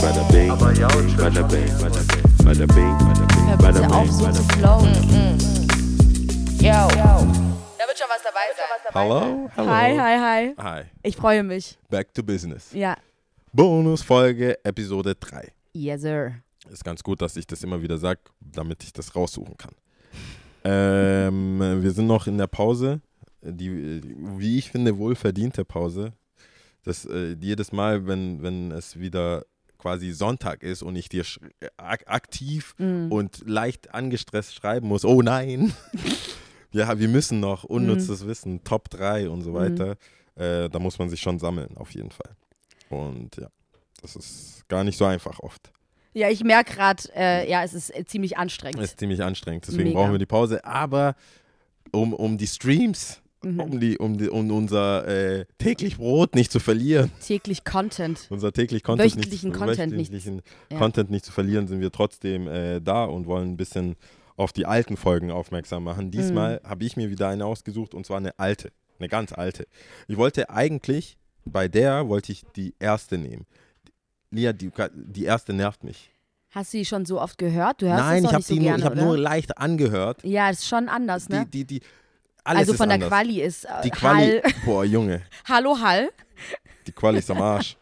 bada bing, bada bing, bada bing, bada bing, bada bing. Mm, Mm. Yo. Da wird schon was dabei sein. Hallo, hallo. Hi, hi, hi. Hi, Ich freue mich. back to business. Ja. Bonusfolge Episode 3. Yes, sir. Ist ganz gut, dass ich das immer wieder sage, damit ich das raussuchen kann. Ähm, wir sind noch in der Pause, die, äh, wie ich finde, wohlverdiente Pause. Das, äh, jedes Mal, wenn, wenn es wieder quasi Sonntag ist und ich dir sch- äh, ak aktiv und leicht angestresst schreiben muss, oh nein, ja, wir müssen noch unnützes Wissen, Top 3 und so weiter, äh, da muss man sich schon sammeln, auf jeden Fall. Und ja, das ist gar nicht so einfach oft. Ja, ich merke gerade, äh, ja, es ist äh, ziemlich anstrengend. Ist ziemlich anstrengend, deswegen Mega. brauchen wir die Pause. Aber um, um die Streams, Mhm. um, die, um, die, um unser äh, täglich Brot nicht zu verlieren, Täglich Content. unser täglich Content, Wöchentlichen nicht, Content nicht- wöchentlichen ja. Content nicht zu verlieren, sind wir trotzdem äh, da und wollen ein bisschen auf die alten Folgen aufmerksam Mhm. machen. Diesmal habe ich mir wieder eine ausgesucht und zwar eine alte, eine ganz alte. Ich wollte eigentlich, bei der wollte ich die erste nehmen. Lia, die, die erste nervt mich. Hast du die schon so oft gehört? Du hörst Nein, es ich doch habe nicht so die nur, gerne, ich hab oder? nur leicht angehört. ja, ist schon anders, ne? Die, die, die, alles also ist von der anders. Quali ist äh, Die Quali. Hall. Boah, Junge, Hallo Hall. die Quali ist am Arsch.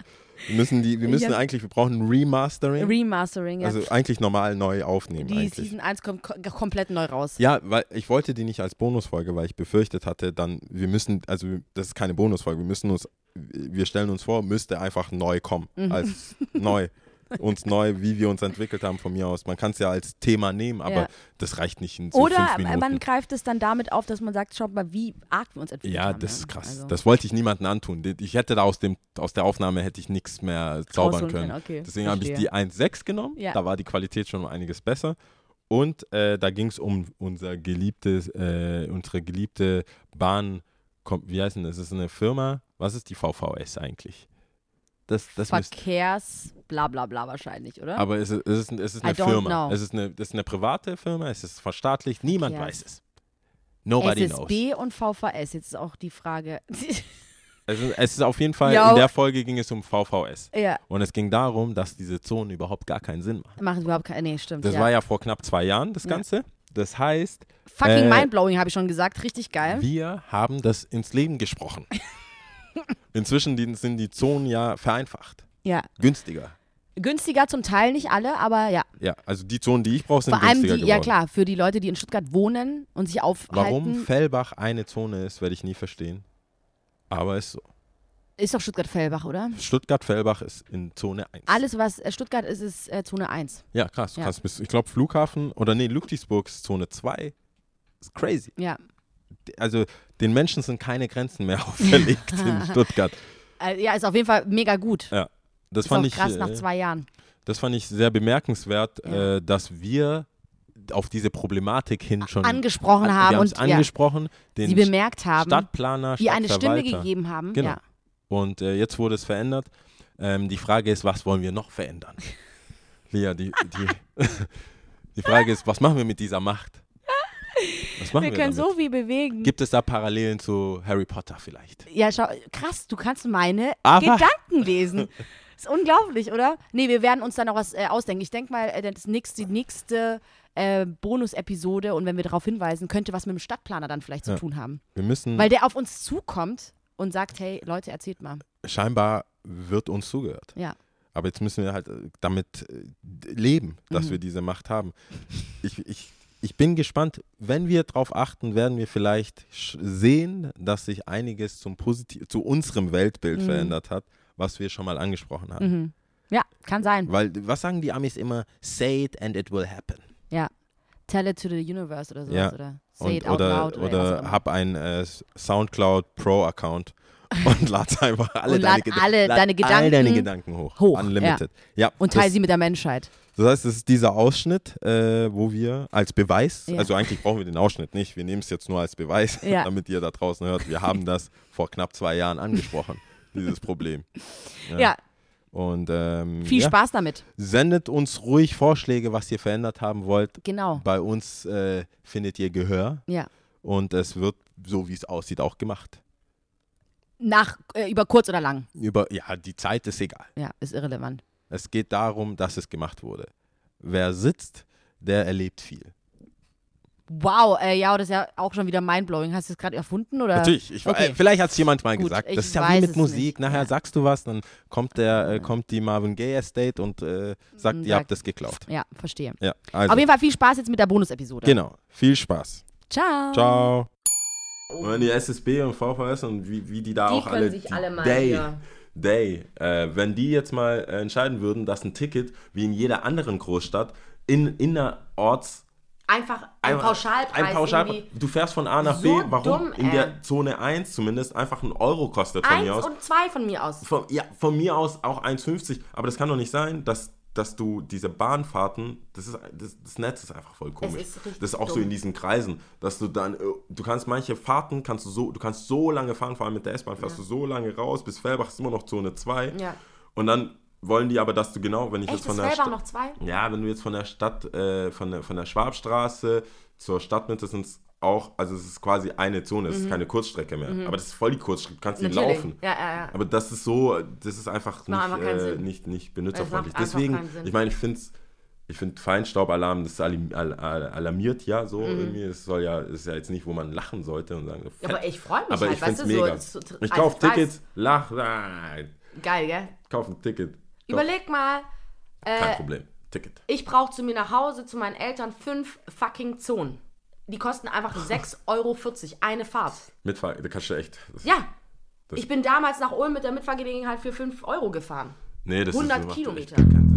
Wir müssen, die, wir müssen Ja. eigentlich, wir brauchen ein Remastering. Remastering, ja. also eigentlich normal neu aufnehmen. die eigentlich. Season 1 kommt ko- komplett neu raus. Ja, weil ich wollte die nicht als Bonusfolge, weil ich befürchtet hatte, dann, wir müssen, also das ist keine Bonusfolge, wir müssen uns, wir stellen uns vor, müsste einfach neu kommen. Mhm. Als neu. Uns neu, wie wir uns entwickelt haben von mir aus. Man kann es ja als Thema nehmen, aber Ja. das reicht nicht in so Oder fünf Minuten. man greift es dann damit auf, dass man sagt, schaut mal, wie arg wir uns entwickelt Ja, haben. das ist krass. Also, Das wollte ich niemandem antun. Ich hätte da aus, dem, aus der Aufnahme hätte ich nichts mehr zaubern rausholen können. Okay, Deswegen habe ich verstehe. die 1.6 genommen. Ja. Da war die Qualität schon um einiges besser. Und äh, da ging es um unser geliebtes, äh, unsere geliebte Bahn, kom- wie heißt denn das? Es ist eine Firma. Was ist die VVS eigentlich? Das, das müsst, Verkehrs, bla bla bla wahrscheinlich, oder? aber es ist, es ist, es ist I eine don't Firma. know. Es ist eine, es ist eine private Firma, es ist verstaatlicht, niemand Verkehrs- weiß es. Nobody knows. SSB und VVS, jetzt ist auch die Frage. Es ist, es ist auf jeden Fall, Ja. in der Folge ging es um VVS. ja, Und es ging darum, dass diese Zonen überhaupt gar keinen Sinn machen. macht überhaupt keine. Nee, stimmt. Das ja. war ja vor knapp zwei Jahren, das Ja. Ganze. Das heißt, Fucking äh, mindblowing, habe ich schon gesagt. Richtig geil. wir haben das ins Leben gesprochen. Inzwischen die- sind die Zonen ja vereinfacht, Ja. günstiger. Günstiger zum Teil, nicht alle, aber ja. Ja, also die Zonen, die ich brauche, sind Vor allem die, günstiger ja geworden. klar, für die Leute, die in Stuttgart wohnen und sich aufhalten. Warum Fellbach eine Zone ist, werde ich nie verstehen. Aber ist so. Ist doch Stuttgart-Fellbach, oder? Stuttgart-Fellbach ist in Zone 1. Alles, was äh, Stuttgart ist, ist äh, Zone 1. Ja, krass. Du Ja. kannst bis, ich glaube, Flughafen oder nee, Ludwigsburg ist Zone 2. Ist crazy. Ja. also den Menschen sind keine Grenzen mehr auferlegt in Stuttgart. Äh, ja, ist auf jeden Fall mega gut. Ja, das ist fand auch ich, krass nach äh, zwei Jahren. das fand ich sehr bemerkenswert, Ja. äh, dass wir auf diese Problematik hin schon Angesprochen an- haben wir und ja, angesprochen, den sie bemerkt haben, Stadtplaner, ihr eine Stimme Stadtverwalter. gegeben haben. Genau. Ja. Und äh, jetzt wurde es verändert. Ähm, die Frage ist, was wollen wir noch verändern? Lia, die, die, die Frage ist, was machen wir mit dieser Macht? Was machen wir, Wir können damit? so viel bewegen. Gibt es da Parallelen zu Harry Potter vielleicht? Ja, schau, krass, du kannst meine Aber- Gedanken lesen. Ist unglaublich, oder? Nee, wir werden uns da noch was äh, ausdenken. Ich denke mal, äh, das nächste, die nächste äh, Bonus-Episode und wenn wir darauf hinweisen, könnte was mit dem Stadtplaner dann vielleicht zu Ja. Hm. tun haben. Wir müssen Weil der auf uns zukommt und sagt, hey, Leute, erzählt mal. scheinbar wird uns zugehört. Ja. Aber jetzt müssen wir halt äh, damit äh, d- leben, dass Mhm. wir diese Macht haben. Ich, ich, ich bin gespannt, wenn wir darauf achten, werden wir vielleicht sch- sehen, dass sich einiges zum Positiv zu unserem Weltbild Mhm. verändert hat, was wir schon mal angesprochen haben. Ja, kann sein. Weil, was sagen die Amis immer? Say it and it will happen. Ja. Tell it to the universe oder sowas. Ja. Oder say Und, it out oder loud. Oder, oder was auch immer. hab einen äh, Soundcloud Pro-Account und lad einfach alle, Und deine, lad Geda- alle lad deine all deine Gedanken Gedanken hoch. hoch, Unlimited. Ja. und das- teil sie mit der Menschheit. Das heißt, es ist dieser Ausschnitt, äh, wo wir als Beweis, Ja. also eigentlich brauchen wir den Ausschnitt nicht, wir nehmen es jetzt nur als Beweis, Ja. damit ihr da draußen hört, wir haben das vor knapp zwei Jahren angesprochen, dieses Problem. Ja, Und ähm, viel ja, Spaß damit. sendet uns ruhig Vorschläge, was ihr verändert haben wollt. Genau. Bei uns äh, findet ihr Gehör Ja. und es wird, so wie es aussieht, auch gemacht. Nach, äh, über kurz oder lang. Über, ja, die Zeit ist egal. Ja, ist irrelevant. Es geht darum, dass es gemacht wurde. Wer sitzt, der erlebt viel. Wow, äh, ja, das ist ja auch schon wieder mindblowing. Hast du es gerade erfunden? Oder? Natürlich, ich, okay. äh, vielleicht hat es jemand mal Gut, gesagt. ich Das ist ja weiß wie es mit Musik. nicht. Nachher Ja. sagst du was, dann kommt der, äh, kommt die Marvin Gaye Estate und äh, sagt, Und ihr habt sagt- das geklaut. Ja, verstehe. Ja, also Auf jeden Oh. Fall viel Spaß jetzt mit der Bonus-Episode. genau. Viel Spaß. Ciao. Ciao. Und die SSB und VVS und wie, wie die da auch alle, die Day, Day äh, wenn die jetzt mal äh, entscheiden würden, dass ein Ticket wie in jeder anderen Großstadt in innerorts Einfach ein Pauschalpreis. ein Pauschal- irgendwie. Du fährst von A nach So B, warum dumm, in ey. der Zone 1 zumindest einfach einen Euro kostet von Eins mir aus. und zwei von mir aus. Von, ja, von mir aus auch 1,50, aber das kann doch nicht sein, dass, dass du diese Bahnfahrten, das, ist, das, das Netz ist einfach voll komisch. ist richtig das ist auch so dumm. in diesen Kreisen, dass du dann, äh, du kannst manche Fahrten, kannst du so, du kannst so lange fahren, vor allem mit der S-Bahn fährst du so lange raus, bis Fellbach ist immer noch Zone 2 Ja. und dann wollen die aber, dass du genau, wenn ich Echt, jetzt von das der selber Sta- noch zwei? ja, wenn du jetzt von der Stadt, äh, von, der, von der Schwabstraße zur Stadtmitte sind es auch, also es ist quasi eine Zone, es ist keine Kurzstrecke mehr. Aber das ist voll die Kurzstrecke, du kannst die Mhm. Natürlich. laufen. Ja, ja, ja. Aber das ist so, das ist einfach nicht, einfach keinen äh, Sinn. nicht, nicht benutzerfreundlich. Es macht einfach Deswegen, keinen Sinn. ich meine, ich finde ich finde Feinstaubalarm, das alarm- al- al- alarmiert ja so irgendwie. Es soll ja, es ist ja jetzt nicht, wo man lachen sollte und sagen, so, Mhm. Ja, aber fett. ich freu mich aber halt, ich find's weißt du, so- mega. so- so- ich also kaufe ich weiß- Tickets, lach, nein, Geil, gell? kauf ein Ticket. Kauf- Überleg Äh, mal, Kein Problem, Ticket. ich brauche zu mir nach Hause, zu meinen Eltern, fünf fucking Zonen. Die kosten einfach 6,40 Euro eine Fahrt. Mitfahren, da kannst du echt. Das, Ja. Das- ich bin damals nach Ulm mit der Mitfahrgelegenheit für 5 Euro gefahren. Nee, das 100 macht echt Kilometer. gar keinen Sinn.